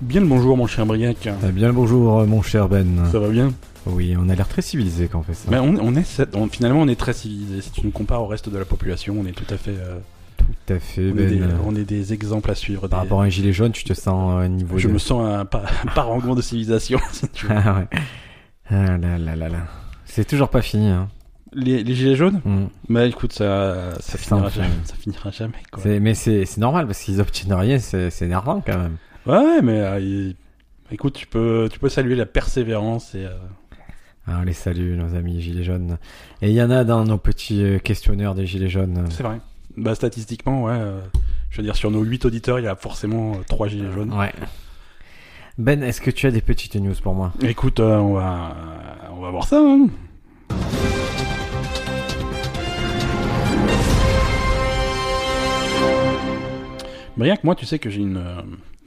bien le bonjour, mon cher Briac. Eh bien le bonjour, euh, mon cher Ben. Ça va bien Oui, on a l'air très civilisé quand on fait ça. Ben, on, on est, sept- on- Finalement, on est très civilisé. Si tu nous compares au reste de la population, on est tout à fait. euh, Tout à fait, on, est Ben. des, Euh, on est des exemples à suivre. Par des- rapport à un gilet jaune, tu te sens euh, niveau. Je de- me sens un, pa- un parangon de civilisation. si tu veux. Ah ouais. Ah là là là là. C'est toujours pas fini. Hein. les, les gilets jaunes Mm. Bah écoute, ça, ça, C'est finira, simple. jamais, ça finira jamais. Quoi. C'est- Mais c'est c'est normal parce qu'ils obtiennent rien, c'est c'est énervant quand même. Ouais, mais euh, il- écoute, tu peux, tu peux saluer la persévérance et. euh, Ah, on les salue, nos amis gilets jaunes. Et il y en a dans nos petits euh, questionneurs des gilets jaunes. C'est vrai. Bah statistiquement, ouais. euh, je veux dire, sur nos 8 auditeurs, il y a forcément 3 gilets jaunes. Ouais. Ben, est-ce que tu as des petites news pour moi Écoute, euh, on va, on va voir ça. hein. Briac, moi, tu sais que j'ai une, euh,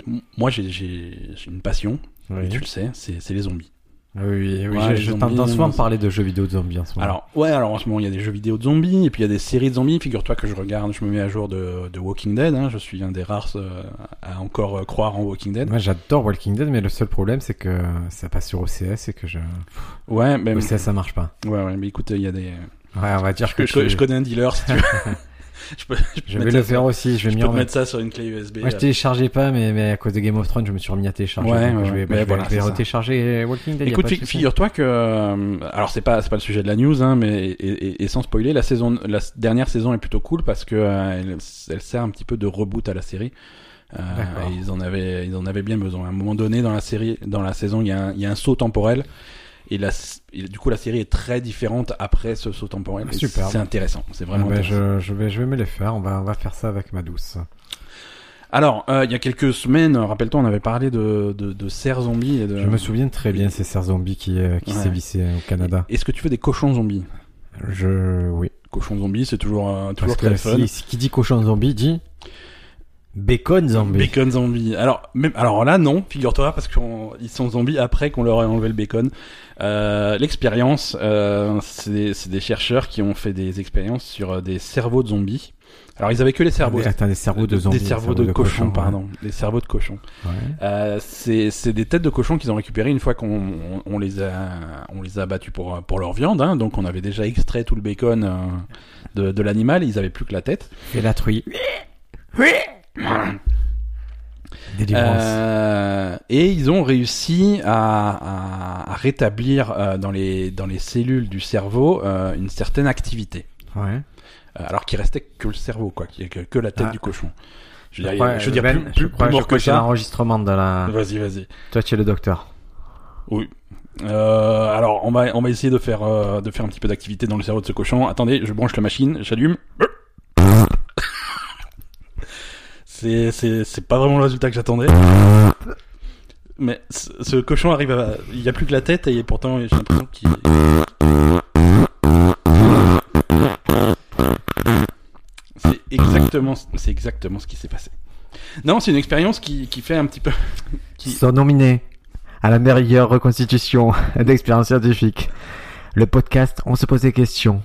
m- moi, j'ai, j'ai, j'ai une passion. Et tu le sais, c'est, c'est les zombies. Oui, oui, oui, Ouais, je- les je zombies, t'entends non, souvent non, c'est- parler de jeux vidéo de zombies en ce moment. Alors, ouais, alors en ce moment, il y a des jeux vidéo de zombies, et puis il y a des séries de zombies. Figure-toi que je regarde, je me mets à jour de, de Walking Dead. hein. Je suis un des rares euh, à encore euh, croire en Walking Dead. Moi, j'adore Walking Dead, mais le seul problème, c'est que ça passe sur OCS et que je... Ah Ouais, mais, OCS, ça marche pas. ouais, ouais, mais écoute, il y a des. Ouais, on va dire que que, je, tu- je connais un dealer, si tu veux. je peux, je peux je mettre vais le ça- faire aussi. Je vais Je m'y peux te remettre. mettre ça sur une clé USB. Moi, je là. téléchargeais pas, mais, mais à cause de Game of Thrones, je me suis remis à télécharger. Ouais, donc ouais, je vais, ouais. Mais bah, je vais- voilà, je vais c'est ça. retécharger Walking Dead. y a Écoute, pas de fi- souci. figure-toi que euh, alors c'est pas c'est pas le sujet de la news, hein, mais et, et- et sans spoiler, la saison la s- dernière saison est plutôt cool parce que euh, elle, elle sert un petit peu de reboot à la série. Euh, D'accord. et ils en avaient ils en avaient bien besoin. À un moment donné dans la série dans la saison, il y a un, il y a un saut temporel et, la, s- et du coup la série est très différente après ce saut temporel. Ah, Et super. C'est intéressant. C'est Ah, vraiment. bah, intéressant. je, je vais, je vais me les faire. On va, on va faire ça avec ma douce. Alors, euh, il y a quelques semaines, euh, rappelle-toi, on avait parlé de, de, de cerfs zombies et de... Je me souviens très bien ces cerfs zombies qui, euh, qui Euh, Ouais. sévissaient au Canada. Est-ce que tu veux des cochons zombies Je, oui. Cochons zombies, c'est toujours, euh, toujours Parce très que fun. si, si qui dit cochon zombie dit bacon zombie. Bacon zombie. Alors, même, alors là, non, figure-toi, parce qu'ils sont zombies après qu'on leur ait enlevé le bacon. Euh, L'expérience, euh, c'est des, c'est des chercheurs qui ont fait des expériences sur euh, des cerveaux de zombies. Alors, ils avaient que les cerveaux. Attends, des cerveaux de Des zombies. cerveaux de, cochons, cochon, pardon. Des cerveaux de cochons. ouais. Ouais. Euh, c'est c'est des têtes de cochons qu'ils ont récupérées une fois qu'on on, on les a on les a battus pour euh, pour leur viande hein. donc on avait déjà extrait tout le bacon euh, de, de l'animal ils avaient plus que la tête Et la truie. Délivrance. Euh, et ils ont réussi à, à, à rétablir euh, dans les dans les cellules du cerveau euh, une certaine activité Ouais. Euh, alors qu'il restait que le cerveau quoi qu'il y avait que, que la tête Ah. du cochon je veux Je dire, crois- je veux dire Ben, plus, je plus, crois- plus je mort crois que que j'ai ça l'enregistrement dans la. vas-y vas-y Toi, tu es le docteur. Oui. Euh, alors, on va, on va essayer de faire, euh, de faire un petit peu d'activité dans le cerveau de ce cochon. Attendez, je branche la machine, j'allume. C'est, c'est, c'est pas vraiment le résultat que j'attendais. Mais ce, ce cochon arrive à. Il n'y a plus que la tête et pourtant j'ai l'impression qu'il. C'est exactement, c'est exactement ce qui s'est passé. Non, c'est une expérience qui, qui fait un petit peu. Qui Qui- sont nominés à la meilleure reconstitution d'expérience scientifique. Le podcast, on se pose des questions.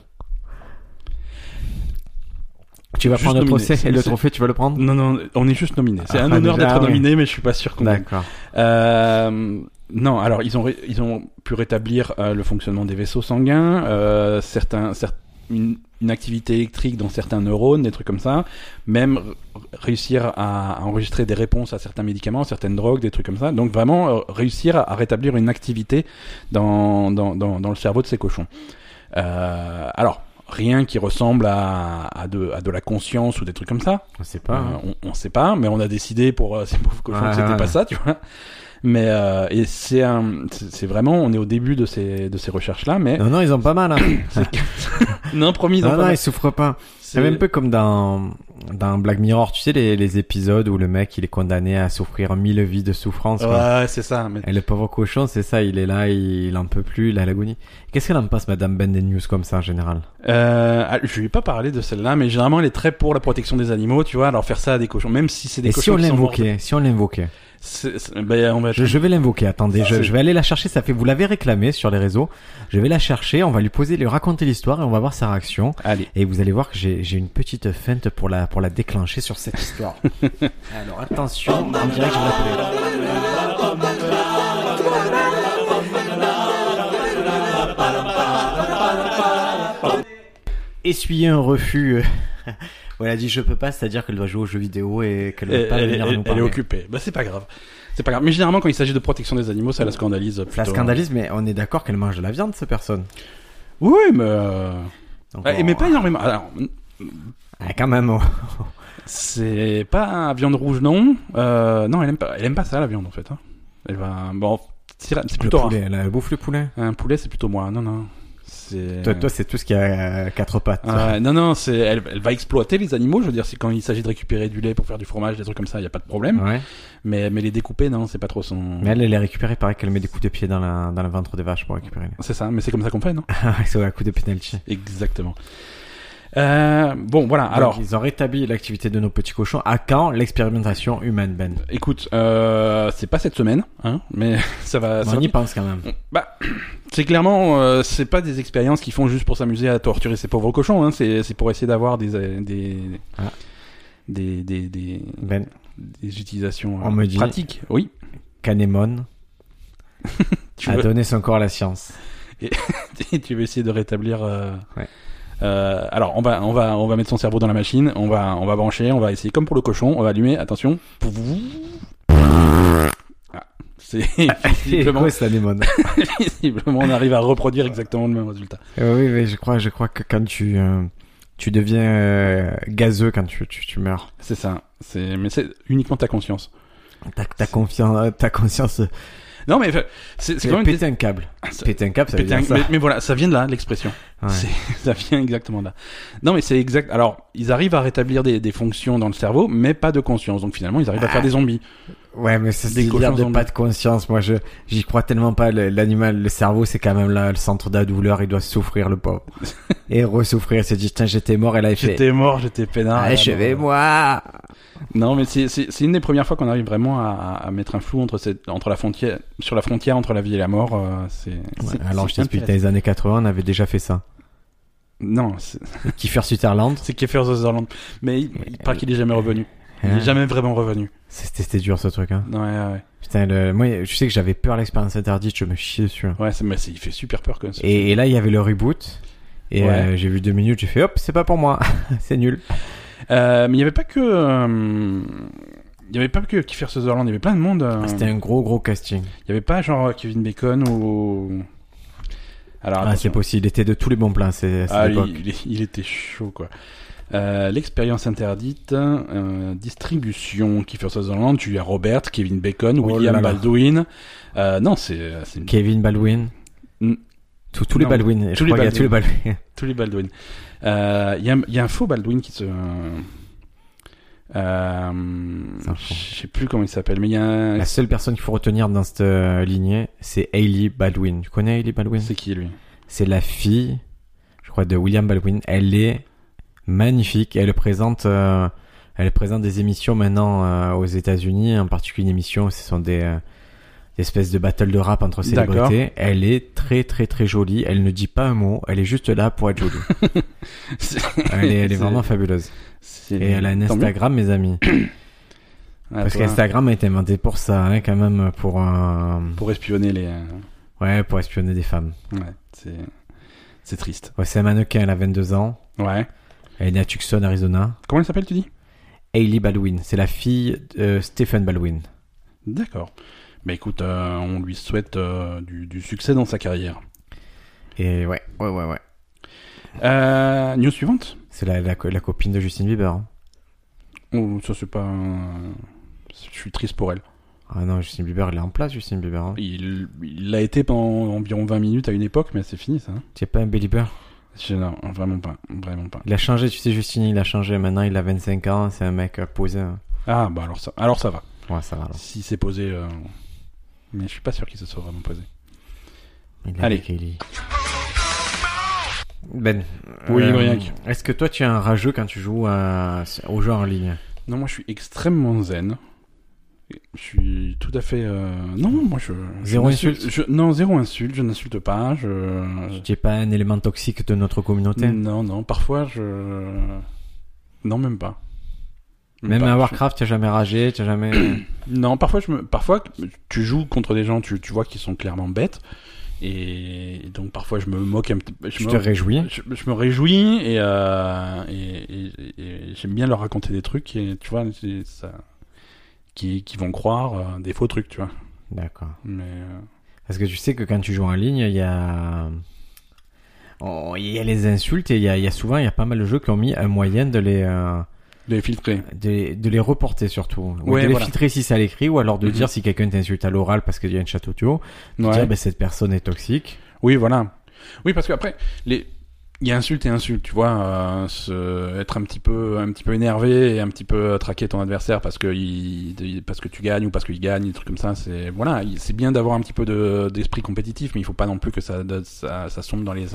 Tu vas Juste prendre le nominé, procès c'est- et le c'est- trophée, tu vas le prendre Non, non, on est juste nominé. C'est Ah, un ah, honneur déjà, d'être ah, ouais. nominé, mais je suis pas sûr qu'on. D'accord. Euh, non, alors ils ont ré- ils ont pu rétablir euh, le fonctionnement des vaisseaux sanguins, euh, certains cer- une, une activité électrique dans certains neurones, des trucs comme ça, même r- réussir à, à enregistrer des réponses à certains médicaments, certaines drogues, des trucs comme ça. Donc vraiment euh, réussir à, à rétablir une activité dans dans dans, dans le cerveau de ces cochons. Euh, alors. Rien qui ressemble à, à, de, à de la conscience ou des trucs comme ça. On sait pas. hein. Euh, on, on sait pas, mais on a décidé pour euh, ces pauvres cochons Ouais, que c'était ouais. pas ça, tu vois. Mais euh, et c'est un, c'est c'est vraiment, on est au début de ces de ces recherches là, mais Non, non, ils ont pas mal. Hein. non promis, non, non, ils souffrent pas. C'est même un peu comme dans, dans Black Mirror, tu sais, les, les épisodes où le mec, il est condamné à souffrir mille vies de souffrance. quoi. Ouais, c'est ça. Mais... Et le pauvre cochon, c'est ça, il est là, il, il en peut plus, il a l'agonie. Qu'est-ce qu'elle en pense, Madame Ben, des news comme ça, en général Euh, ah, je lui ai pas parlé de celle-là, mais généralement elle est très pour la protection des animaux, tu vois. Alors faire ça à des cochons, même si c'est des Et cochons si on qui sont morts, l'invoquait Si on l'invoquait c'est- c'est- ben, on va. je, je vais l'invoquer, attendez, je, C'est- je vais aller la chercher, ça fait, vous l'avez réclamé sur les réseaux, je vais la chercher, on va lui poser, lui raconter l'histoire et on va voir sa réaction. Allez. Et vous allez voir que j'ai j'ai une petite feinte pour la, pour la déclencher sur cette histoire. Alors attention, on dirait que je vais l'appeler. Essuyer un refus. euh, où elle a dit je peux pas, c'est-à-dire qu'elle doit jouer aux jeux vidéo et qu'elle Elle, veut pas elle- venir elle- nous elle est parler. occupée. Bah, c'est pas grave. C'est pas grave. Mais généralement, quand il s'agit de protection des animaux, ça la scandalise. La plutôt. hein. scandalise, mais on est d'accord qu'elle mange de la viande, cette personne. Oui, mais. euh, Donc, euh, on- mais pas énormément. Alors, Ah, quand même. on- c'est pas viande rouge, non. Euh, non, elle aime pas. Elle aime pas ça, la viande, en fait. hein. Elle va. Bon, c'est c'est Le plutôt rare. poulet, elle elle bouffe le poulet. Un poulet, c'est plutôt moi. Non, non. C'est. Toi, toi, c'est tout ce qui a euh, quatre pattes. Euh. Ah, non, non, c'est, elle, elle va exploiter les animaux. Je veux dire, c'est quand il s'agit de récupérer du lait pour faire du fromage, des trucs comme ça, il n'y a pas de problème. Ouais. Mais, mais les découper, non, c'est pas trop son. Mais elle, elle est récupérée, pareil qu'elle met des coups de pied dans, la, dans le ventre des vaches pour récupérer. les- C'est ça, mais c'est comme ça qu'on fait, non Ah, c'est un coup de penalty. Exactement. Euh, bon, voilà. Alors, Alors, ils ont rétabli l'activité de nos petits cochons. À quand l'expérimentation humaine, Ben écoute, euh, c'est pas cette semaine, hein, mais ça va. ça On va- y pense quand même. Bah, c'est clairement, euh, c'est pas des expériences qu'ils font juste pour s'amuser à torturer ces pauvres cochons. Hein, c'est, c'est pour essayer d'avoir des, euh, des, Ah. des, des, des, Ben, des utilisations euh, On me dit- pratiques. Oui. Canemon Tu a veux- donné son corps à la science. Et tu veux essayer de rétablir. euh, Ouais. euh, alors on va on va on va mettre son cerveau dans la machine, on va on va brancher, on va essayer comme pour le cochon, on va allumer. Attention. Ah, c'est Et visiblement, quoi, c'est l'anémone visiblement, on arrive à reproduire exactement le même résultat. Euh, Oui, mais je crois, je crois que quand tu, euh, tu deviens euh, gazeux, quand tu, tu, tu meurs, C'est ça. C'est mais c'est uniquement ta conscience. ta, ta, confiance, ta conscience, Non mais enfin, c'est c'est c'est quand même péter un câble. des- Péter un câble, Ah, ça veut Pétain- dire ça. mais, mais voilà, ça vient de là, l'expression. Ouais. C'est- Ça vient exactement de là. Non, mais c'est exact. Alors, ils arrivent à rétablir des, des fonctions dans le cerveau, mais pas de conscience. Donc finalement, ils arrivent à faire Ah, des zombies. Ouais, mais c'est Des des délire cochons de zombies. pas de conscience. Moi, je j'y crois tellement pas. Le- L'animal, le cerveau, c'est quand même là le centre de la douleur. Il doit souffrir, le pauvre. et ressouffrir. Il s'est dit, tiens, j'étais mort. Et là, il fait, J'étais mort, j'étais peinard. ah, Ah, je non. vais moi. euh, Non, mais c'est- c'est c'est une des premières fois qu'on arrive vraiment à, à mettre un flou entre, cette, entre la frontière, sur la frontière entre la vie et la mort. euh, c'est Ouais, c'est- alors, c'est je t'explique, dans intéressant. les années 80, on avait déjà fait ça. Non, c'est Kiefer Sutherland, c'est Kiefer Sutherland. Mais il, il paraît qu'il est jamais revenu. Il euh, hein, est jamais vraiment revenu. c'était c'était dur ce truc. Hein. Ouais, ouais, ouais. Putain, le, moi, je sais que j'avais peur de l'expérience interdite. Je me chiais dessus. hein. Ouais, c'est- mais c'est- il fait super peur comme ça. Et, et là, il y avait le reboot. Et Ouais. euh, j'ai vu deux minutes, j'ai fait hop, c'est pas pour moi, c'est nul. Euh, mais il n'y avait pas que. euh, il n'y avait pas que Kiefer Sutherland, il y avait plein de monde. euh, Ah, C'était un gros gros casting. Il n'y avait pas genre Kevin Bacon ou. Alors, Ah, c'est attention. possible, il était de tous les bons plans, c'est Ah, l'époque. lui, il, est- il était chaud quoi. Euh, L'expérience interdite, euh, distribution, Kiefer Sutherland, Julia Roberts, Kevin Bacon, Oh là William là. Baldwin. Euh, non, c'est c'est une- Kevin Baldwin. Mm. Tous, tous les Non, Baldwin. tous Je les crois qu'il y a tous les Baldwin. tous les Baldwin. Euh, Il y, a un- il y a un faux Baldwin qui se. Euh, C'est un je faux. sais plus comment il s'appelle, mais il y a un... La seule personne qu'il faut retenir dans cette euh, lignée, c'est Hailey Baldwin. Tu connais Hailey Baldwin C'est qui lui C'est la fille, je crois, de William Baldwin. Elle est magnifique. Elle présente, euh, elle présente des émissions maintenant euh, aux États-Unis, en particulier une émission, ce sont des, euh, des espèces de battle de rap entre D'accord. célébrités. Elle est très très très jolie. Elle ne dit pas un mot. Elle est juste là pour être jolie. C'est- elle est, elle est c'est- vraiment fabuleuse. c'est- Et elle a un tant mieux. Instagram, mes amis. Ah, Parce toi, qu'Instagram a été inventé pour ça, hein, quand même, pour euh, Pour espionner les. euh, ouais, pour espionner des femmes. Ouais, c'est. C'est triste. Ouais, c'est un mannequin, elle a 22 ans. Ouais. Elle est née à Tucson, Arizona. Comment il s'appelle, tu dis Hailey Baldwin, c'est la fille de Stephen Baldwin. D'accord. Bah écoute, euh, on lui souhaite euh, du, du succès dans sa carrière. Et ouais, ouais, ouais, ouais. Euh, news suivante C'est la, la, co- la copine de Justin Bieber. hein. Oh, Ça c'est pas. un- Je suis triste pour elle. Ah non, Justin Bieber, il est en place, Justin Bieber. hein. Il il l'a été pendant environ 20 minutes à une époque, mais c'est fini ça. hein. C'est pas un Belieber. Je- Non, vraiment pas, vraiment pas. Il a changé, tu sais, Justin, il a changé. Maintenant, il a 25 ans, c'est un mec euh, posé. hein. Ah bah alors ça, alors ça va. Ouais, ça va. alors. Si c'est posé, euh, mais je suis pas sûr qu'il se soit vraiment posé. Il est Allez. avec Hailey. Ben. Oui, Briac. Est-ce que toi, tu es un rageux quand tu joues à- aux jeux en ligne Non, moi je suis extrêmement zen. Je suis tout à fait. euh, Non, moi je. je Zéro n'insulte- insulte. je- Non, zéro insulte. Je n'insulte pas. Je. Tu n'es pas un élément toxique de notre communauté Non, non, parfois je. Non, même pas. Même pas. mm, à Warcraft, tu n'as jamais ragé, tu n'as jamais. Non, parfois, je me... parfois tu joues contre des gens, tu, tu vois qu'ils sont clairement bêtes. Et donc parfois je me moque un petit peu. Je te réjouis. Je, je me réjouis et, euh, et, et- et j'aime bien leur raconter des trucs et tu vois c'est- ça, qui, qui vont croire euh, des faux trucs tu vois. D'accord. Mais euh, Parce que tu sais que quand tu joues en ligne, il y a. on- Il y a les insultes et il y a, il y a souvent, il y a pas mal de jeux qui ont mis un moyen de les, euh, les filtrer. de, de les reporter surtout. Ou Ouais, de les voilà. filtrer si c'est à l'écrit ou alors de Mhm. dire si quelqu'un t'insulte à l'oral parce qu'il y a une chatte audio, de Ouais. dire ben, cette personne est toxique. Oui voilà. Oui parce qu'après les il y a insulte et insulte, tu vois, euh, se- être un petit peu, un petit peu énervé et un petit peu euh, traquer ton adversaire parce que il, il- parce que tu gagnes ou parce qu'il gagne, des trucs comme ça, c'est voilà, il- c'est bien d'avoir un petit peu de- d'esprit compétitif, mais il faut pas non plus que ça, de- ça, ça sombre dans les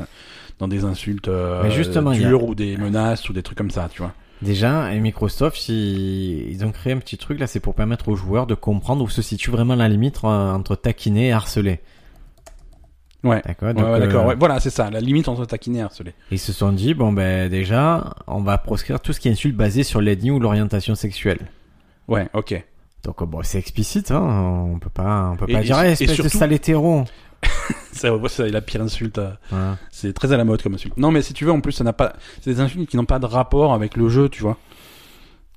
dans des insultes euh, Mais justement, il y a- dures ou des menaces ou des trucs comme ça, tu vois. Déjà, et Microsoft, ils, ils ont créé un petit truc là, c'est pour permettre aux joueurs de comprendre où se situe vraiment la limite euh, entre taquiner et harceler. Ouais. D'accord. Ouais, donc, ouais, euh, d'accord. ouais, voilà, c'est ça, la limite entre taquiner et harceler. Ils se sont dit bon ben déjà, on va proscrire tout ce qui est insulte basée sur l'ethnie ou l'orientation sexuelle. Ouais, ok. Donc euh, bon, c'est explicite, hein, on peut pas, on peut Et- pas et dire sur- Eh, et espèce de surtout- sale hétéro. Ça, c'est la pire insulte. euh, à- Voilà. C'est très à la mode comme insulte. Non, mais si tu veux, en plus, ça n'a pas. C'est des insultes qui n'ont pas de rapport avec le jeu, tu vois.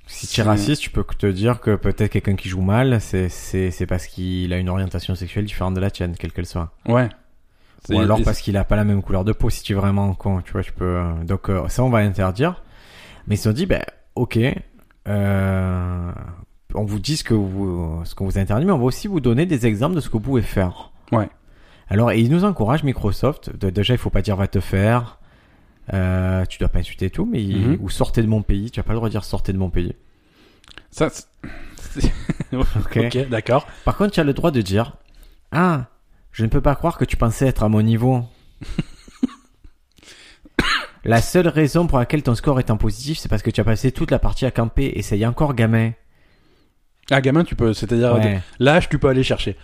Si tu es C'est- raciste, tu peux te dire que peut-être quelqu'un qui joue mal, c'est c'est c'est parce qu'il a une orientation sexuelle différente de la tienne, quelle qu'elle soit. Ouais. Ou alors et- parce qu'il a pas la même couleur de peau, si tu es vraiment con, tu vois, tu peux... Donc euh, ça, on va interdire. Mais ils se sont dit, ben, ok, euh, on vous dit ce que vous, ce qu'on vous interdit, mais on va aussi vous donner des exemples de ce que vous pouvez faire. Ouais. Alors, et ils nous encouragent, Microsoft, de- déjà, il faut pas dire va te faire, euh, tu dois pas insulter et tout, mais ils- Mhm. ou sortez de mon pays, tu as pas le droit de dire sortez de mon pays. Ça, c'est- c'est- Ok. ok, d'accord. Par contre, tu as le droit de dire, ah, je ne peux pas croire que tu pensais être à mon niveau. la seule raison pour laquelle ton score est en positif, c'est parce que tu as passé toute la partie à camper et ça y est encore gamin. Ah, gamin, tu peux. C'est-à-dire, Ouais. l'âge, tu peux aller chercher.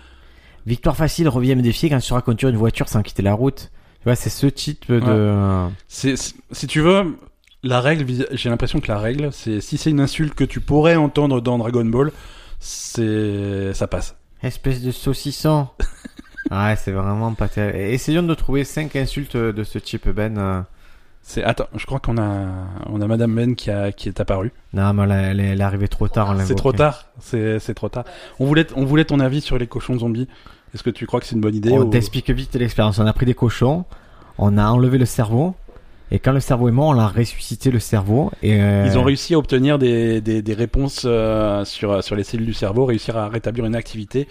Victoire facile, reviens me défier quand tu sauras conduire une voiture sans quitter la route. Tu vois, c'est ce type de... euh, C'est, c'est- si tu veux, la règle, vis- j'ai l'impression que la règle, c'est si c'est une insulte que tu pourrais entendre dans Dragon Ball, c'est, ça passe. Espèce de saucisson. ouais, c'est vraiment pas terrible. Et Essayons de trouver cinq insultes de ce type, Ben. euh. C'est, attends, je crois qu'on a, on a Madame Ben qui a, qui est apparue. Non, mais elle, elle est- elle est arrivée trop tard. on Ah, l'a C'est trop évoqué. tard. C'est, c'est trop tard. On voulait, on voulait ton avis sur les cochons zombies. Est-ce que tu crois que c'est une bonne idée On ou- t'explique vite l'expérience. On a pris des cochons, on a enlevé le cerveau, et quand le cerveau est mort, on a ressuscité le cerveau. Et euh, Ils ont réussi à obtenir des, des, des réponses euh, sur, sur les cellules du cerveau, réussir à rétablir une activité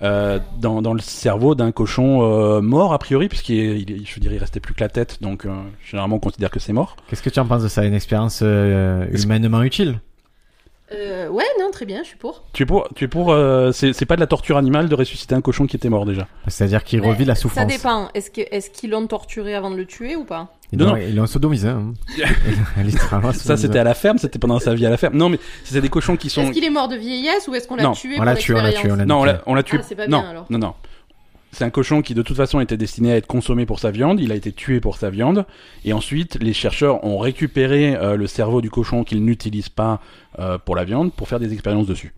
euh, dans, dans le cerveau d'un cochon euh, mort, a priori, puisqu'il est- il est- je dirais, il restait plus que la tête, donc euh, généralement on considère que c'est mort. Qu'est-ce que tu en penses de ça Une expérience euh, Est-ce- humainement utile Euh, ouais, non, très bien, je suis pour. Tu es pour, tu es pour euh, c'est c'est pas de la torture animale de ressusciter un cochon qui était mort déjà. C'est-à-dire qu'il Mais revit la Ça souffrance. dépend. Est-ce que est-ce qu'ils l'ont torturé avant de le tuer ou pas Ils Non, l'ont non. ils l'ont sodomisé. hein. Littéralement Ça sodomisé. c'était à la ferme, c'était pendant sa vie à la ferme. Non mais c'était des cochons qui Est-ce sont... qu'il est mort de vieillesse ou est-ce qu'on l'a Non, tué on pour l'a tué, on l'a l'expérience tué, on l'a Non, on niqué. l'a- on l'a tué. Ah, c'est pas non, bien, alors. non, non. C'est un cochon qui, de toute façon, était destiné à être consommé pour sa viande. Il a été tué pour sa viande. Et ensuite, les chercheurs ont récupéré euh, le cerveau du cochon qu'ils n'utilisent pas euh, pour la viande pour faire des expériences dessus.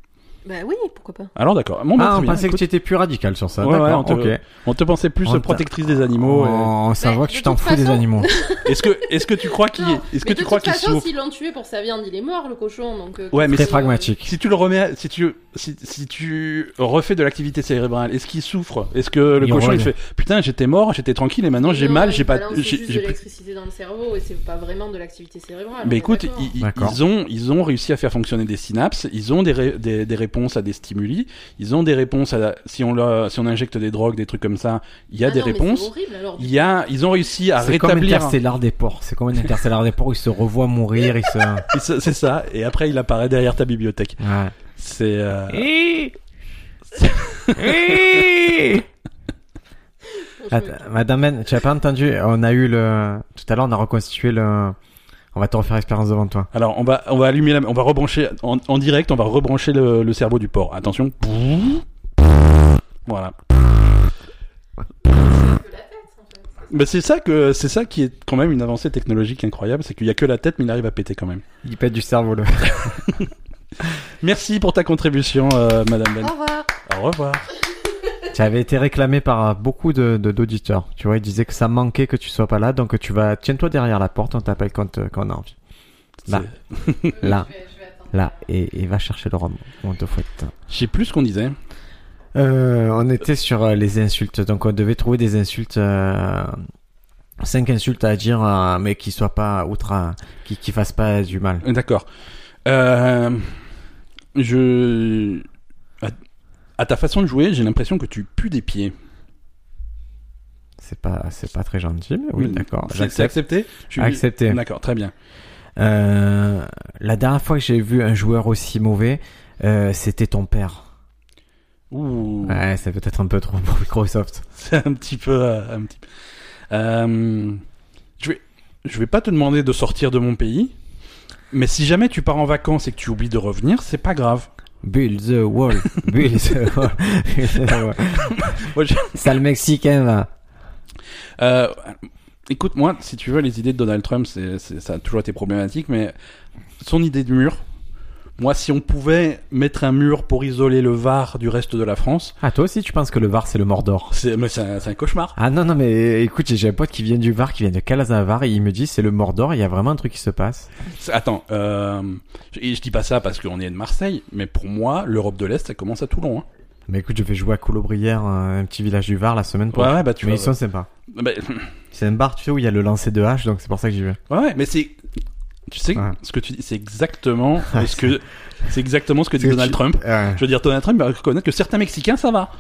Bah oui, pourquoi pas. Alors, d'accord. Bon, bah, Ah, très on bien. pensait que Écoute, tu Oh, étais plus radical sur ça. Ouais, ouais, D'accord, on te- ok. on te pensait plus On t'a- protectrice des animaux. euh. On- Ça Mais voit que tu de t'en toute fous des façon- animaux. Est-ce que, est-ce que tu crois qu'il, Non, est-ce que mais tu de crois toute qu'il façon, souffre s'ils l'ont tué pour sa viande, il est mort le cochon, donc. euh, Ouais, mais Très si- pragmatique. Si tu le remets, à- si tu, si, si tu refais de l'activité cérébrale, est-ce qu'il souffre Est-ce que le Il cochon il revient. fait Putain, j'étais mort, j'étais tranquille et maintenant Ah j'ai non, mal, ils j'ai pas, balancent j'ai juste j'ai de plus- l'électricité dans le cerveau et c'est pas vraiment de l'activité cérébrale. on Mais est écoute, Ah, d'accord. ils, ils- D'accord. ils ont, ils ont réussi à faire fonctionner des synapses, ils ont des, ré- des, des réponses à des stimuli, ils ont des réponses à... Si on, leur- si on injecte des drogues, des trucs comme ça, il y a Ah des non, mais c'est réponses. horrible, alors. Il y a, ils ont réussi à C'est comme rétablir... Interstellar des porcs. C'est comme Interstellar des porcs. Ils se revoient mourir. Ils se. Et ça- C'est ça, et après il apparaît derrière ta bibliothèque. Ouais. C'est... euh, Eh Eh Attends, Madame Ben, tu as pas entendu On a eu le tout à l'heure, on a reconstitué le. On va te refaire l'expérience devant toi. Alors on va, on va allumer la... On va rebrancher... En, en direct, on va rebrancher le, le cerveau du porc. Attention. Voilà. Mais c'est ça que c'est ça qui est quand même une avancée technologique incroyable, c'est qu'il y a que la tête mais il arrive à péter quand même. Il pète du cerveau. Le... Merci pour ta contribution, euh, Madame Ben. Au revoir. Au revoir. Tu avais été réclamé par euh, beaucoup de de- d'auditeurs. tu vois, ils disaient que ça manquait que tu sois pas là, donc tu vas tiens-toi derrière la porte, on t'appelle quand, euh, quand on a envie. Là. C'est- Là. Je vais- je vais attendre. Là, et, et va chercher le rhum, on te fouette. Je sais plus ce qu'on disait. Euh, on était sur euh, les insultes, donc on devait trouver des insultes, euh, cinq insultes à dire, euh, mais qui soient pas outre, qui qui fassent pas du mal. D'accord. Euh, je. À, à ta façon de jouer, j'ai l'impression que tu pues des pieds. C'est pas c'est pas très gentil, mais oui, Mais d'accord. Mm. C'est c'est J'accepte. accepté Tu- Accepté. D'accord, très bien. Euh, la dernière fois que j'ai vu un joueur aussi mauvais, euh, c'était ton père. Ouh, Ouais, c'est peut-être un peu trop pour Microsoft. c'est un petit peu. euh, un petit peu- Euh, je, vais, je vais pas te demander de sortir de mon pays, mais si jamais tu pars en vacances et que tu oublies de revenir, c'est pas grave. Build the wall, build the wall, build the wall. Moi, je- Sale mexicain, va. Euh, écoute, moi, si tu veux, les idées de Donald Trump, c'est, c'est- ça a toujours été problématique, mais son idée de mur, moi, si on pouvait mettre un mur pour isoler le Var du reste de la France, Ah, toi aussi, tu penses que le Var, c'est le Mordor c'est, mais c'est, un, c'est un cauchemar. Ah non, non, mais écoute, j'ai- j'ai un pote qui vient du Var, qui vient de Calazavar, et il me dit, c'est le Mordor, il y a vraiment un truc qui se passe. C'est- attends, euh, je, je dis pas ça parce qu'on est de Marseille, mais pour moi, l'Europe de l'Est, ça commence à Toulon. Hein. Mais écoute, je vais jouer à Coulobrière, un un petit village du Var, la semaine Ouais, prochaine. ouais, bah tu mais vois. ils sont sympas. bah, C'est un bar, tu sais, où il y a le lancer de hache, donc c'est pour ça que j'y vais. ouais, ouais, mais c'est. Tu sais, Ouais. ce que tu dis, c'est exactement ce que. C'est exactement ce que dit C'est que Donald tu- Trump. Euh, Je veux dire, Donald Trump va reconnaître que certains Mexicains, ça va.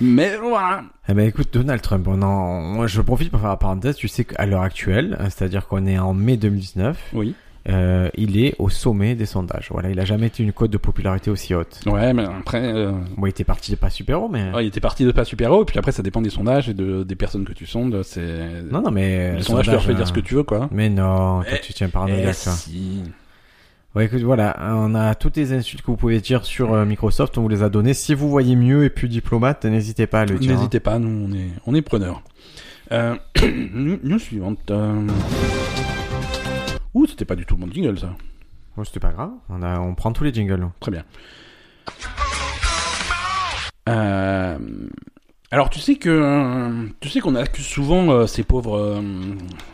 Mais voilà. Eh ben écoute, Donald Trump, on en- moi, je profite pour faire la parenthèse, tu sais qu'à l'heure actuelle, euh, c'est-à-dire qu'on est en mai 2019, Oui. euh, il est au sommet des sondages. Voilà, il a jamais été une cote de popularité aussi haute. Ouais, mais après, euh, Bon, il était parti pas super haut, mais... ouais, il était parti de pas super haut, et puis après, ça dépend des sondages et de, des personnes que tu sondes. C'est... Non, non, mais... Les euh, sondages, tu leur fais sondage, dire euh, ce que tu veux, quoi. Mais non, toi, Eh, tu tiens paranoïaque, Eh, toi. si. Ouais, écoute, voilà, on a toutes les insultes que vous pouvez dire sur euh, Microsoft, on vous les a données. Si vous voyez mieux et plus diplomate, n'hésitez pas à le dire. hein. N'hésitez pas, nous, on est, on est preneurs. Euh, news news suivante. euh. Ouh, c'était pas du tout mon jingle, ça. Oh, c'était pas grave, on, a, on prend tous les jingles. Très bien. Euh, alors tu sais que euh, tu sais qu'on accuse souvent euh, ces pauvres euh,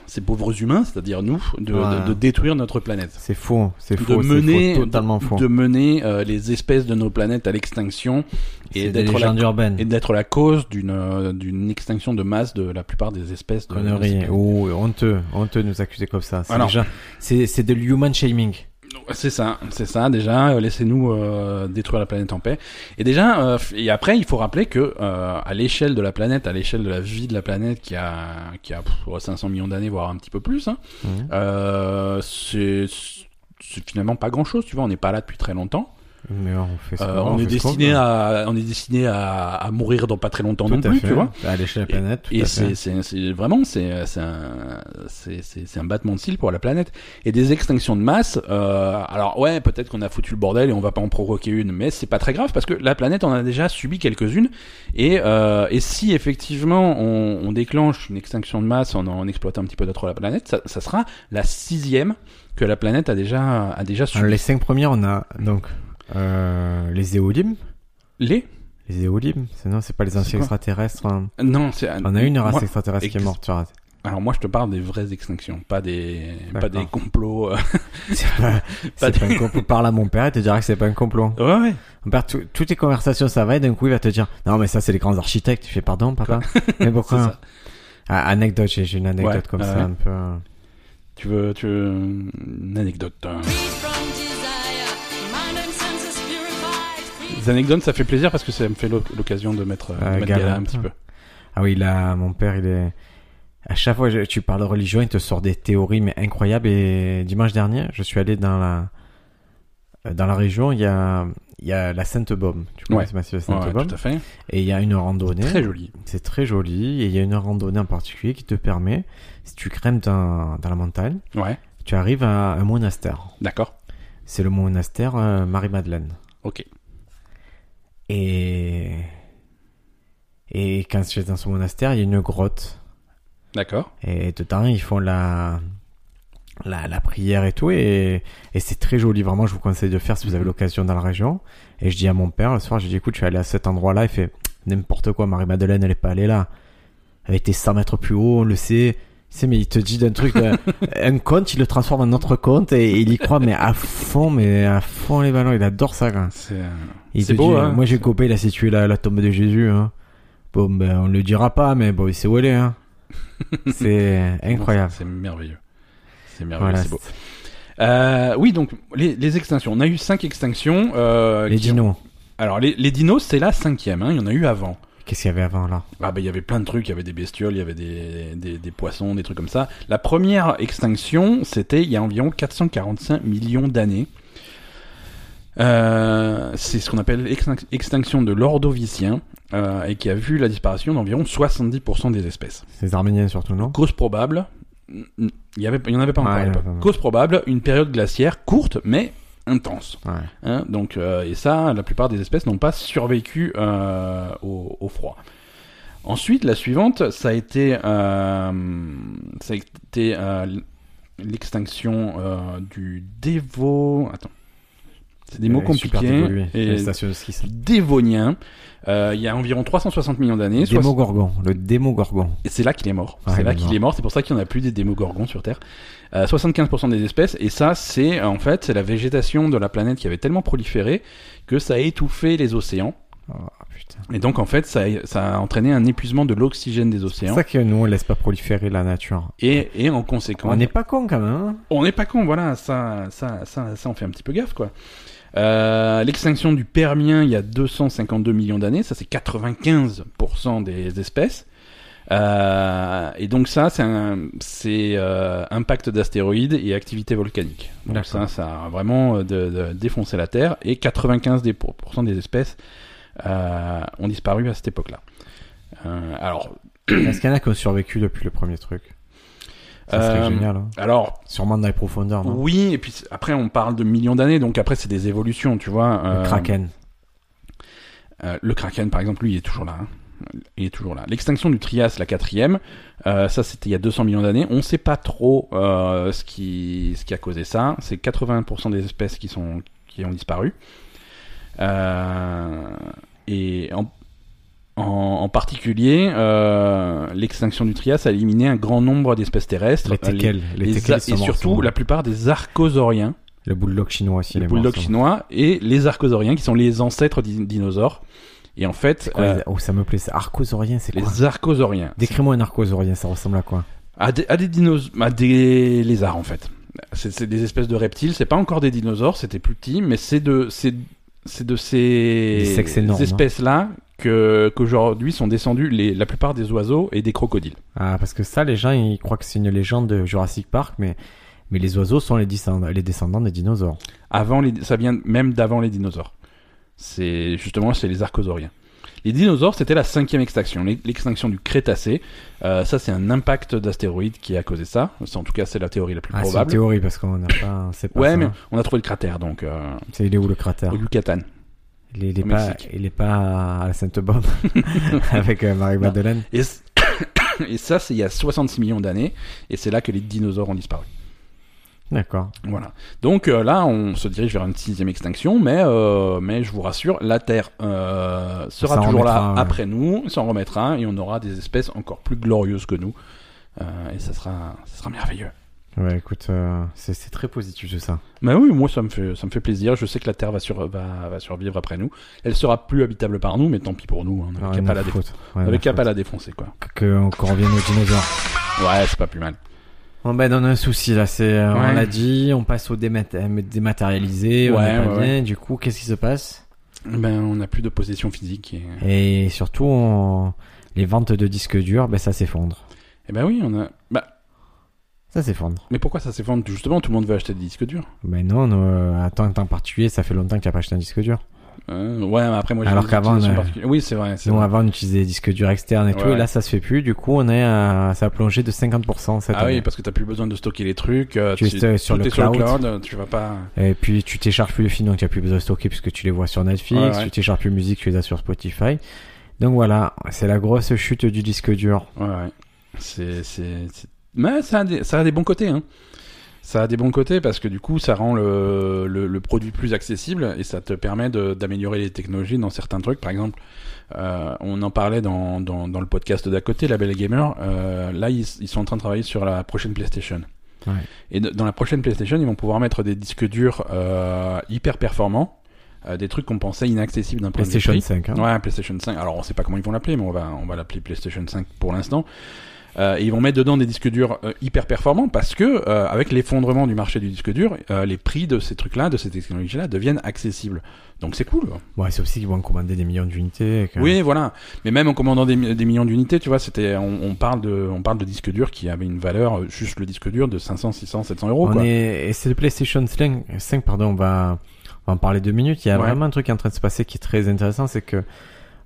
ces pauvres humains, c'est-à-dire nous, de, Ouais. de- de détruire notre planète, C'est faux, hein. c'est de faux, c'est mener faux, totalement faux. de mener euh, les espèces de nos planètes à l'extinction et C'est des d'être la, légendes urbaines. et d'être la cause d'une euh, d'une extinction de masse de la plupart des espèces. De, Conneries, hein. des- ou honteux, honteux de nous accuser comme ça. C'est Alors. déjà, c'est, c'est de l'human shaming. C'est ça, c'est ça. Déjà, euh, laissez-nous euh, détruire la planète en paix. Et déjà, euh, f- et après, il faut rappeler que euh, à l'échelle de la planète, à l'échelle de la vie de la planète, qui a qui a pff, 500 millions d'années, voire un petit peu plus, hein, Mhm. euh, c'est c'est finalement pas grand-chose. Tu vois, on n'est pas là depuis très longtemps. Mais on fait ça. Euh, on, fait est ce qu'on destiné veut. à on est destiné à, à mourir dans pas très longtemps tout non à plus, fait. tu vois. À l'échelle de la planète, tout Et à c'est fait. c'est- c'est- vraiment c'est c'est un c'est c'est- c'est un battement de cils pour la planète et des extinctions de masse. euh, alors ouais, peut-être qu'on a foutu le bordel et on va pas en provoquer une, mais c'est pas très grave parce que la planète en a déjà subi quelques-unes et euh, et si effectivement on, on déclenche une extinction de masse en en exploitant un petit peu d'autres la planète, ça, ça sera la sixième que la planète a déjà a déjà Alors, subi. les cinq premiers, on a donc euh, les éolimes. Les Les éolimes, c'est non, c'est pas les C'est anciens quoi extraterrestres. hein. non c'est On a une race moi- extraterrestre qui est ex- morte, tu rates. alors moi je te parle des vraies extinctions, pas des pas D'accord. des complots. euh, C'est pas, Pas c'est pas un complot. Parle à mon père, il te dira que c'est pas un complot. Ouais ouais. Mon père, tout- toutes tes conversations, ça va, et d'un coup, il va te dire, non, mais ça, c'est les grands architectes. Tu fais, pardon, papa. Mais C'est pourquoi? ça. Ah, anecdote, j'ai j'ai une anecdote Ouais, comme ouais, ça, ouais. un peu. euh, Tu veux, tu veux une anecdote hein. Free from desire, mind and senses purified. Free Les anecdotes, ça fait plaisir parce que ça me fait l'oc- l'occasion de mettre, de Euh, mettre Gala. Gala un petit peu. Ah oui, là, mon père, il est. À chaque fois que tu parles de religion, il te sort des théories mais incroyables. Et dimanche dernier, je suis allé dans la euh, dans la région. Il y a il y a la Sainte Baume. Tu connais Ouais. ce massif de Sainte Ouais, Baume tout à fait. Et il y a une randonnée. Très joli. C'est très joli. Et il y a une randonnée en particulier qui te permet, si tu crèmes dans dans la montagne, Ouais, tu arrives à un monastère. d'accord. C'est le monastère euh, Marie-Madeleine. Ok. Et et quand tu es dans ce monastère, il y a une grotte. D'accord. Et dedans, ils font la, la, la prière et tout. Et, et c'est très joli, vraiment, je vous conseille de le faire si vous avez l'occasion dans la région. Et je dis à mon père le soir, je dis écoute, je suis allé à cet endroit-là, il fait n'importe quoi, Marie-Madeleine, elle est pas allée là. Elle était 100 mètres plus haut, on le sait. C'est mais il te dit d'un truc, d'un- un conte, il le transforme en autre conte et, et il y croit mais à fond, mais à fond les ballons, il adore ça. Quoi. C'est euh, Il C'est te beau, dit, hein. Moi, j'ai coupé, il a situé la, la tombe de Jésus. Hein. Bon, ben, on le dira pas, mais bon, il sait où elle est. Hein. C'est incroyable. C'est merveilleux. C'est merveilleux, Voilà. Ah c'est beau. Euh, oui, donc les, les extinctions. On a eu cinq extinctions. euh, Les qui- dinos. Alors les, les dinos, c'est la cinquième. hein, Il y en a eu avant. Qu'est-ce qu'il y avait avant là Ah bah il y avait plein de trucs. Il y avait des bestioles, il y avait des, des, des poissons, des trucs comme ça. La première extinction, c'était il y a environ 445 millions d'années. Euh, c'est ce qu'on appelle l'extin- extinction de l'ordovicien euh, et qui a vu la disparition d'environ 70% des espèces. C'est les Arméniens surtout, non Cause probable, n- n- il y avait- il y en avait pas encore Ouais, à l'époque. ouais, ouais. Cause probable, une période glaciaire courte mais intense. Ouais. hein. Donc, euh, et ça, la plupart des espèces n'ont pas survécu euh, au, au froid. Ensuite, la suivante, ça a été, euh, ça a été euh, l'extinction euh, du dévo. Attends, c'est des mots Elle est Euh, super compliqués. dévoluée, Et les stations de ski, ça. du dévonien. euh, il y a environ 360 millions d'années. soix- Démogorgon, le démogorgon. et c'est là qu'il est mort. Ouais, c'est Ah, il là est qu'il mort. est mort. C'est pour ça qu'il n'y en a plus des démogorgons sur Terre. Euh, 75% des espèces. Et ça, c'est euh, en fait c'est la végétation de la planète qui avait tellement proliféré que ça a étouffé les océans. Oh putain. Et donc en fait, ça a, ça a entraîné un épuisement de l'oxygène des C'est océans. ça que nous on laisse pas proliférer la nature. Et, et en On conséquence, n'est pas con quand même. hein on n'est pas con. Voilà, ça, ça, ça, ça, on fait un petit peu gaffe quoi. Euh, L'extinction du Permien il y a 252 millions d'années, ça c'est 95% des espèces. Euh, et donc ça, c'est un- c'est euh, impact d'astéroïdes et activité volcanique. Donc ça, D'accord. ça a vraiment euh, de, de défoncé la Terre et 95% des, pour- pourcent des espèces euh, ont disparu à cette époque-là. Euh, alors, Est-ce qu'il y en a qui ont survécu depuis le premier truc Ça serait Euh, génial. hein. alors Sûrement dans les profondeurs, non oui, et puis c'est- après on parle de millions d'années, donc après c'est des évolutions, tu vois. Le euh, kraken. Euh, le Kraken, par exemple, lui, il est toujours là. hein. Il est toujours là. L'extinction du Trias, la quatrième, euh, ça c'était il y a 200 millions d'années. On ne sait pas trop euh, ce, qui, ce qui a causé ça. C'est 80% des espèces qui, sont, qui ont disparu. Euh, et en, en, en particulier, euh, l'extinction du Trias a éliminé un grand nombre d'espèces terrestres. Les Euh, les- teckels. Les, les teckels a- sont et morts, surtout sont la morts. hein. plupart des archosauriens le bulldog chinois aussi. les les morts, bulldogs sont morts. chinois et les archosauriens qui sont les ancêtres des dinosaures. Et en fait, Quoi, euh, les- Oh, ça me plaît. ça. Archosaurien, c'est quoi les archosauriens. Décris-moi un archosaurien, ça ressemble à quoi À des, à des dinos- à des lézards en fait. C'est c'est des espèces de reptiles. C'est pas encore des dinosaures, c'était plus petit, mais c'est de, c'est, c'est de Des ces sexes énormes, hein. espèces-là que qu'aujourd'hui sont descendus les, la plupart des oiseaux et des crocodiles. Ah, parce que ça, les gens, ils croient que c'est une légende de Jurassic Park, mais, mais les oiseaux sont les, descend- les descendants des dinosaures. Avant les, ça vient même d'avant les dinosaures. C'est justement c'est les archosauriens. Les dinosaures, c'était la cinquième extinction, l'e- l'extinction du Crétacé. Euh, ça, c'est un impact d'astéroïde qui a causé ça. C'est- En tout cas, c'est la théorie la plus Ah, c'est une probable. théorie, parce qu'on n'a pas. C'est pas ouais, ça. Bah. mais on a trouvé le cratère, donc euh, C'est, il est où le cratère au Yucatan. il est, il est au pas, Mexique. il est pas à Sainte-Bombe avec euh, Marie-Madeleine. Et, c- et ça, c'est il y a 66 millions d'années, et c'est là que les dinosaures ont disparu. D'accord. Voilà. Donc euh, là, on se dirige vers une sixième extinction, mais, euh, mais je vous rassure, la Terre euh, sera S'en toujours là remettra, ouais. après nous, s'en remettra, et on aura des espèces encore plus glorieuses que nous. Euh, et ça sera, ça sera merveilleux. Ouais, écoute, euh, c'est, c'est très positif tout ça. Mais oui, moi, ça me fait, ça me fait plaisir. Je sais que la Terre va, sur, va, va survivre après nous. Elle sera plus habitable par nous, mais tant pis pour nous. hein. On n'avait Rien qu'à pas, à la défoncer. foutre. Rien On à avait qu'à foutre. pas la défoncer, quoi. Que, qu'on revienne aux dinosaures. Ouais, c'est pas plus mal. Bon, ben, on a un souci là. C'est, euh, Ouais. On l'a dit, on passe au démat- euh, dématérialisé. on Ouais, est pas ouais, bien. Du coup, qu'est-ce qui se passe Ben, on n'a plus de position physique. Et... Et surtout, on- les ventes de disques durs, ben, ça s'effondre. Eh ben oui, on a. Bah, Ça s'effondre. mais pourquoi ça s'effondre Justement, tout le monde veut acheter des disques durs. Ben non, non, à temps, temps particulier, ça fait longtemps que tu n'as pas acheté un disque dur. Euh, ouais, mais après, moi, j'ai Alors des qu'avant, euh, utilisations on a- particulières. Oui, c'est vrai. c'est Sinon, vrai. avant, on utilisait des disques durs externes et Ouais, tout, ouais. et là, ça se fait plus. Du coup, on est à... ça a plongé de 50% cette Ah année. oui, parce que t'as plus besoin de stocker les trucs. euh, Tu es sur- sur tout le est cloud. euh, tu vas pas. Et puis, tu télécharges plus les films, donc tu n'as plus besoin de stocker puisque tu les vois sur Netflix. Ouais, ouais. Tu télécharges plus musique, tu les as sur Spotify. Donc voilà, c'est la grosse chute du disque dur. Ouais, ouais. C'est, c'est, c'est- Mais ça a des, ça a des bons côtés, hein. Ça a des bons côtés parce que du coup, ça rend le, le, le produit plus accessible et ça te permet de- d'améliorer les technologies dans certains trucs. Par exemple, euh, on en parlait dans, dans, dans le podcast d'à côté, la Belle Gamer. euh, là, ils, ils sont en train de travailler sur la prochaine PlayStation. Ouais. Et de- dans la prochaine PlayStation, ils vont pouvoir mettre des disques durs euh, hyper performants, euh, des trucs qu'on pensait inaccessibles d'un point de vue PlayStation prix. 5. hein. Ouais, PlayStation 5. Alors, on sait pas comment ils vont l'appeler, mais on va, on va l'appeler PlayStation 5 pour l'instant. Euh, et ils vont mettre dedans des disques durs euh, hyper performants parce que, euh, avec l'effondrement du marché du disque dur, euh, les prix de ces trucs-là, de ces technologies-là, deviennent accessibles. Donc, c'est cool. Ouais, c'est aussi qu'ils vont commander des millions d'unités. et que- Oui, voilà. Mais même en commandant des, mi- des millions d'unités, tu vois, c'était, on, on parle de, on parle de disques durs qui avaient une valeur, euh, juste le disque dur, de 500, 600, 700 euros, On quoi. est... Et c'est le PlayStation 5, 5, pardon, on va... on va en parler deux minutes. Il y a Ouais. vraiment un truc qui est en train de se passer qui est très intéressant, c'est que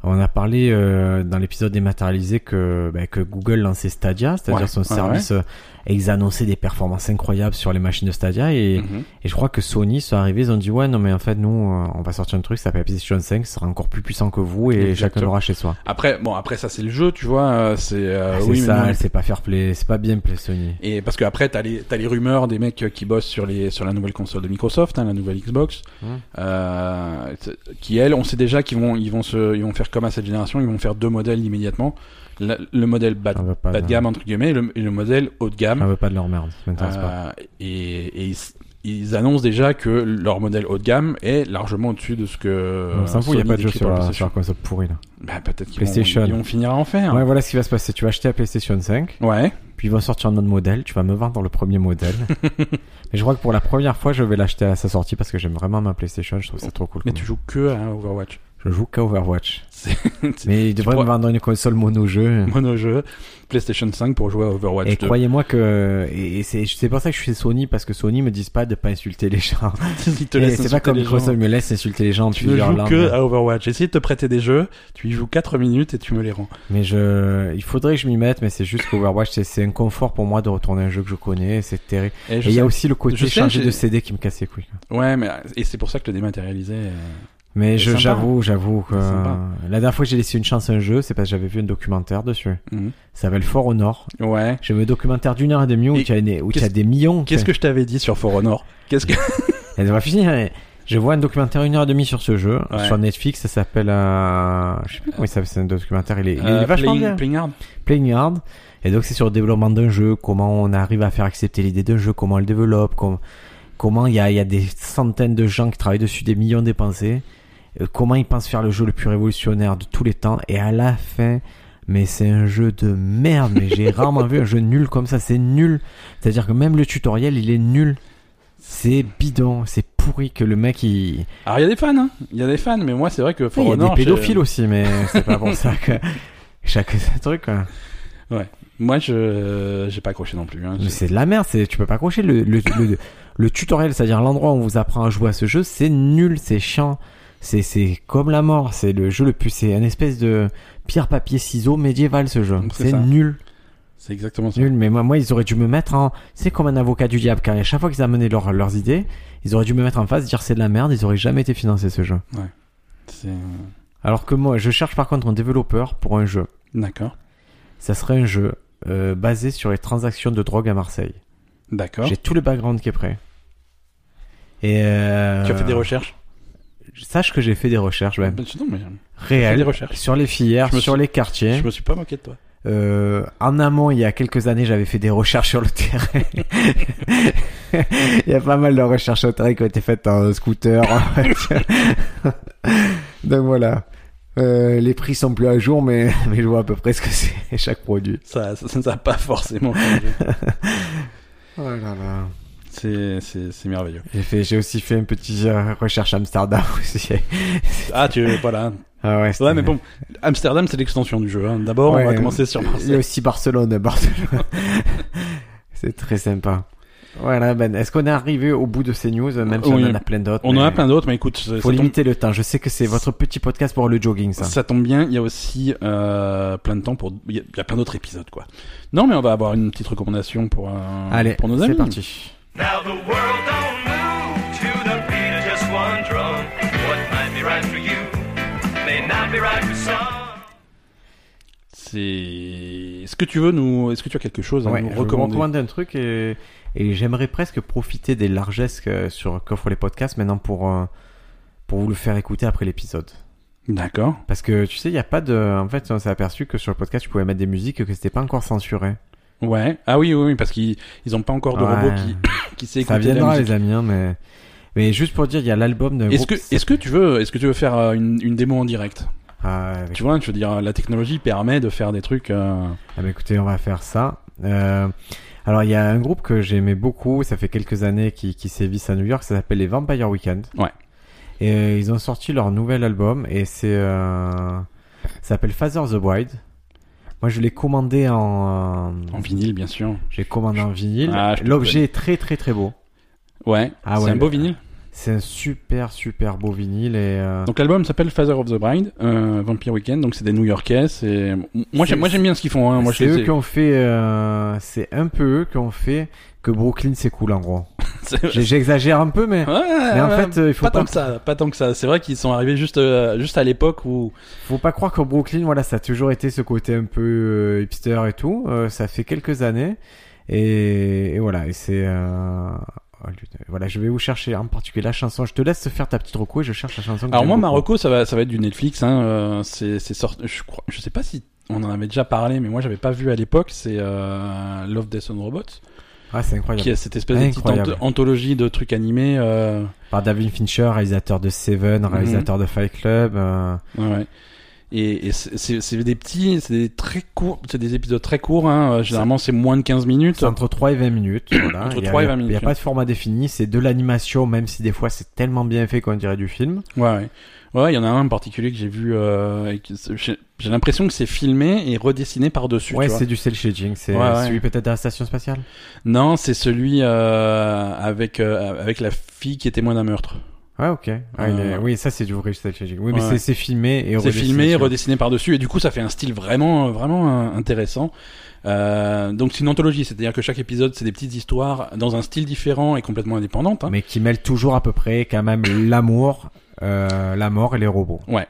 on a parlé euh, dans l'épisode dématérialisé que, bah, que Google lançait Stadia, c'est-à-dire Ouais, son ouais, service, euh, et ils annonçaient des performances incroyables sur les machines de Stadia. Et, Mhm. et je crois que Sony sont arrivés, ils ont dit ouais non mais en fait nous euh, on va sortir un truc, ça s'appelle PlayStation 5, ça sera encore plus puissant que vous et chacun Exactement. l'aura chez soi. Après, bon, après, ça, c'est le jeu, tu vois, euh, c'est, euh, Ah, c'est oui, mais non, ça, c'est pas fair play, c'est pas bien play Sony. Et parce que après, t'as les, t'as les rumeurs des mecs qui bossent sur les, sur la nouvelle console de Microsoft, hein, la nouvelle Xbox, Mm. euh, t- qui elles, on sait déjà qu'ils vont, ils vont se, ils vont faire comme à cette génération, ils vont faire deux modèles immédiatement, La- le modèle bas, On veut pas, bas de de- gamme entre guillemets, et le, et le modèle haut de on gamme. veut pas de leur merde, Ah ça m'intéresse pas. Euh, et, et ils, ils annoncent déjà que leur modèle haut de gamme est largement au-dessus de ce que. On s'en fout, il n'y Euh, a Sony pas de jeu décrit sur pour la, sur PlayStation. la console pourrie là. Bah, peut-être qu'ils vont, PlayStation. ils vont finir à en faire. Ouais, voilà ce qui va se passer. Tu vas acheter la PlayStation 5, ouais. puis ils vont sortir un autre modèle, tu vas me vendre le premier modèle. Mais je crois que pour la première fois, je vais l'acheter à sa sortie parce que j'aime vraiment ma PlayStation, je trouve ça trop cool. Mais comme tu jeu. joues que à Overwatch. Je joue qu'à Overwatch. C'est- Mais ils devraient pourras- me vendre une console mono-jeu. monojeu, PlayStation 5 pour jouer à Overwatch 2. Et croyez-moi que et et c'est c'est pour ça que je suis chez Sony parce que Sony me disent pas de pas insulter les gens. Ils te Et laissent C'est pas insulter comme les gens. Microsoft me laisse insulter les gens. Tu puis ne leur joues langue. que à Overwatch. Essaye de te prêter des jeux, tu y joues 4 minutes et tu me les rends. Mais je, il faudrait que je m'y mette, mais c'est juste qu'Overwatch, c'est- c'est un confort pour moi de retourner à un jeu que je connais, c'est terrible. Et je Et il y sais- a aussi le côté je sais, chargé j'ai- de CD qui me casse les couilles. quoi. Ouais, mais et c'est pour ça que le dématérialisé. euh, Mais C'est je- sympa. j'avoue, j'avoue que C'est sympa. la dernière fois que j'ai laissé une chance à un jeu, c'est parce que j'avais vu un documentaire dessus. Mhm. Ça s'appelle Fort au Nord. Ouais. J'ai vu un documentaire d'une heure et demie où Et tu as, une- où tu qu'est-ce- as des millions. Qu'est-ce que je t'avais dit sur For Honor Qu'est-ce que Et ça va finir. mais Je vois un documentaire une heure et demie sur ce jeu Ouais. sur Netflix. Ça s'appelle, euh, je sais plus comment il s'appelle. C'est un documentaire. Il est, il est Euh, vachement Playing- bien. Playing Hard Playing Hard. Et donc c'est sur le développement d'un jeu, comment on arrive à faire accepter l'idée d'un jeu, comment on le développe, com- comment il y a, il y a des centaines de gens qui travaillent dessus, des millions dépensés, euh, comment ils pensent faire le jeu le plus révolutionnaire de tous les temps. Et à la fin, mais c'est un jeu de merde, mais j'ai rarement vu un jeu nul comme ça, c'est nul. C'est-à-dire que même le tutoriel, il est nul. C'est bidon, c'est pourri que le mec il... Alors il y a des fans, hein. Il y a des fans, mais moi c'est vrai que For il y a Honor. des j'ai- pédophiles aussi, mais c'est pas pour ça que... Chaque truc, quoi. Moi je j'ai pas accroché non plus. Hein. Mais c'est de la merde, c'est tu peux pas accrocher le le, le, le tutoriel, c'est-à-dire l'endroit où on vous apprend à jouer à ce jeu, c'est nul, c'est chiant, c'est c'est comme la mort, c'est le jeu le plus c'est un espèce de pierre papier ciseaux médiéval ce jeu. C'est C'est ça. nul, C'est exactement ça. nul, mais moi moi ils auraient dû me mettre en c'est comme un avocat du diable car à chaque fois qu'ils amenaient leurs leurs idées, ils auraient dû me mettre en face dire c'est de la merde, ils auraient jamais été financés ce jeu. C'est Alors que moi je cherche par contre un développeur pour un jeu. d'accord, Ça serait un jeu euh, basé sur les transactions de drogue à Marseille. d'accord. J'ai tout le background qui est prêt. Et euh, Tu as fait des recherches Sache que j'ai fait des recherches, ouais. Bah, Non mais j'ai fait des Réelles. recherches. Sur les filières, Je me sur suis- les quartiers. Je me suis pas moqué de toi. Euh, en amont, il y a quelques années, j'avais fait des recherches sur le terrain. il y a pas mal de recherches sur le terrain qui ont été faites en scooter. en voiture. Donc voilà. Euh, les prix sont plus à jour, mais, mais je vois à peu près ce que c'est chaque produit. Ça ça ça n'a pas forcément. changé. Oh là là. C'est c'est c'est merveilleux. J'ai fait, j'ai aussi fait une petite euh, recherche Amsterdam aussi. Ah, tu voilà. Ah ouais, Ouais, c'était- mais bon, Amsterdam, c'est l'extension du jeu. hein. D'abord, on va Ouais. commencer sur Il y a Marseille. aussi Barcelone. Barcelone. c'est très sympa. Voilà, Ben. Est-ce qu'on est arrivé au bout de ces news, même si Oui. on en a plein d'autres On en a mais plein d'autres, mais écoute, ça, ça Faut tombe, limiter le temps. Je sais que c'est votre petit podcast pour le jogging, ça. ça tombe bien. Il y a aussi euh, plein de temps pour. Il y a, il y a plein d'autres épisodes, quoi. Non, mais on va avoir une petite recommandation pour, euh, Allez, pour nos c'est amis. parti. Now the world don't move to the beat of just one drum. What might be right for you may not be right for some. C'est. Est-ce que tu veux nous. Est-ce que tu as quelque chose à Ouais, nous je vous recommander recommande un truc et, Et j'aimerais presque profiter des largesses que- sur qu'offrent les podcasts maintenant pour, euh, pour vous le faire écouter après l'épisode. D'accord. Parce que tu sais, il n'y a pas de. En fait, on s'est aperçu que sur le podcast, tu pouvais mettre des musiques et que c'était pas encore censuré. Ouais. Ah oui, oui, oui, parce qu'ils ils ont pas encore de Ouais. robot qui, qui sait Ça écouter la viendra, musique. les amis, hein, mais. Mais juste pour dire, il y a l'album de. Est-ce que, est-ce que tu veux, est-ce que tu veux faire euh, une, une démo en direct Tu vois, je veux dire, la technologie permet de faire des trucs. euh, Ah bah écoutez, on va faire ça. Euh, alors, il y a un groupe que j'aimais beaucoup, ça fait quelques années qui, qui sévissent à New York, ça s'appelle les Vampire Weekend. Ouais. Et euh, ils ont sorti leur nouvel album et c'est. Euh, ça s'appelle Father the Bride. Moi, je l'ai commandé en. en vinyle, bien sûr. J'ai commandé en vinyle. Ah, je te L'objet est très très très beau. Ouais. Ah c'est ouais, un beau le- vinyle. C'est un super super beau vinyle et. euh, Donc l'album s'appelle Father of the Bride, euh, Vampire Weekend. Donc c'est des New-Yorkais. C'est moi C'est- j'aime, moi j'aime bien ce qu'ils font. hein. Moi je c'est les eux ai- qui ont fait. euh, c'est un peu eux qui ont fait que Brooklyn s'écoule en gros. c'est- J'ai- J'exagère un peu, mais. Ouais, Mais en ouais, fait, euh, il faut pas pas tant que ça, pas tant que ça. C'est vrai qu'ils sont arrivés juste, euh, juste à l'époque où. Faut pas croire qu'au Brooklyn, voilà, ça a toujours été ce côté un peu euh, hipster et tout. Euh, ça fait quelques années. Et, et voilà, et c'est... euh, oh, putain. voilà, je vais vous chercher en particulier la chanson. Je te laisse faire ta petite reco et je cherche la chanson. que Alors j'aime moi, beaucoup. Marocco, ça va, ça va être du Netflix. Hein. euh, c'est, c'est sorti. Je crois, je sais pas si on en avait déjà parlé, mais moi j'avais pas vu à l'époque. C'est euh, Love, Death and Robots, Ah, c'est incroyable. qui est cette espèce de petite Incroyable. ant- anthologie de trucs animés. euh, Par David Fincher, réalisateur de Seven, réalisateur Mhm. de Fight Club. euh, ouais, ouais. Et, et c'est, c'est- c'est des petits, c'est des très courts, c'est des épisodes très courts. Hein. euh, Généralement, c'est moins de 15 minutes. c'est entre 3 et 20 minutes. Voilà. Entre Il y a- 3 et 20 il y a- Il n'y a minutes. pas de format défini. C'est de l'animation, même si des fois c'est tellement bien fait qu'on dirait du film. Ouais, ouais. Ouais, il y en a un en particulier que j'ai vu. euh, et que c'est- j'ai, j'ai l'impression que c'est filmé et redessiné par dessus. ouais, c'est du cel shading. C'est Ouais, ouais. celui peut-être à la station spatiale. Non, c'est celui euh, avec euh, avec la fille qui est témoin d'un meurtre. Ouais, ok. Ah, il est- Euh, Oui, ça, c'est du vrai style Shaggy. Oui, mais Ouais. c'est- c'est filmé et C'est redessiné, filmé, tu vois. redessiné par dessus, et du coup, ça fait un style vraiment euh, vraiment euh, intéressant. Euh, donc c'est une anthologie, c'est-à-dire que chaque épisode, c'est des petites histoires dans un style différent et complètement indépendante. hein. Mais qui mêle toujours à peu près, quand même, l'amour, euh, la mort et les robots. Ouais,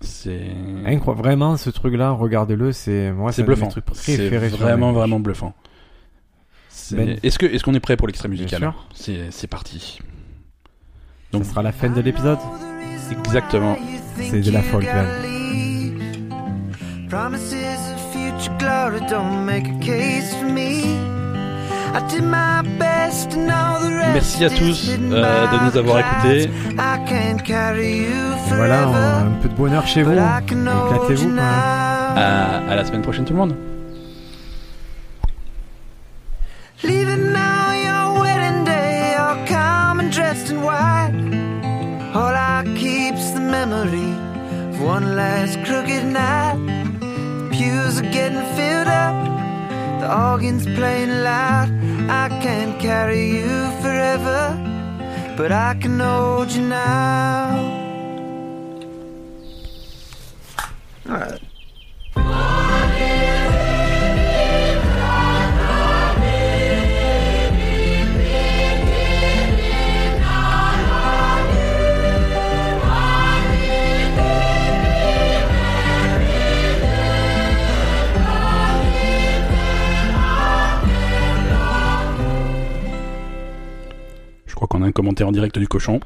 c'est Incro- Vraiment, ce truc-là, regardez-le, c'est moi, c'est un de mes Mm. bluffant. trucs C'est préférés sur vraiment Netflix. vraiment bluffant. C'est- Ben. Est-ce que est-ce qu'on est prêt pour l'extrait Bien musical sûr. C'est c'est parti. Ça Donc sera la fin de l'épisode. exactement. C'est de la folk, là. Promises of future glory don't make a case for me. I did my best and all the rest Merci à is tous hidden euh, de by nous avoir the écoutés. clouds. I can't carry you Et Voilà, on- forever, un peu de bonheur chez vous. but I can hold you Éclatez-vous. quand même. now. À, à la semaine prochaine tout le monde. Leaving now your wedding day, all calm and dressed in white. All I keep's the memory of one last crooked night. The pews are getting filled up, the organ's playing loud. I can't carry you forever, but I can hold you now. Je crois qu'on a un commentaire en direct du cochon.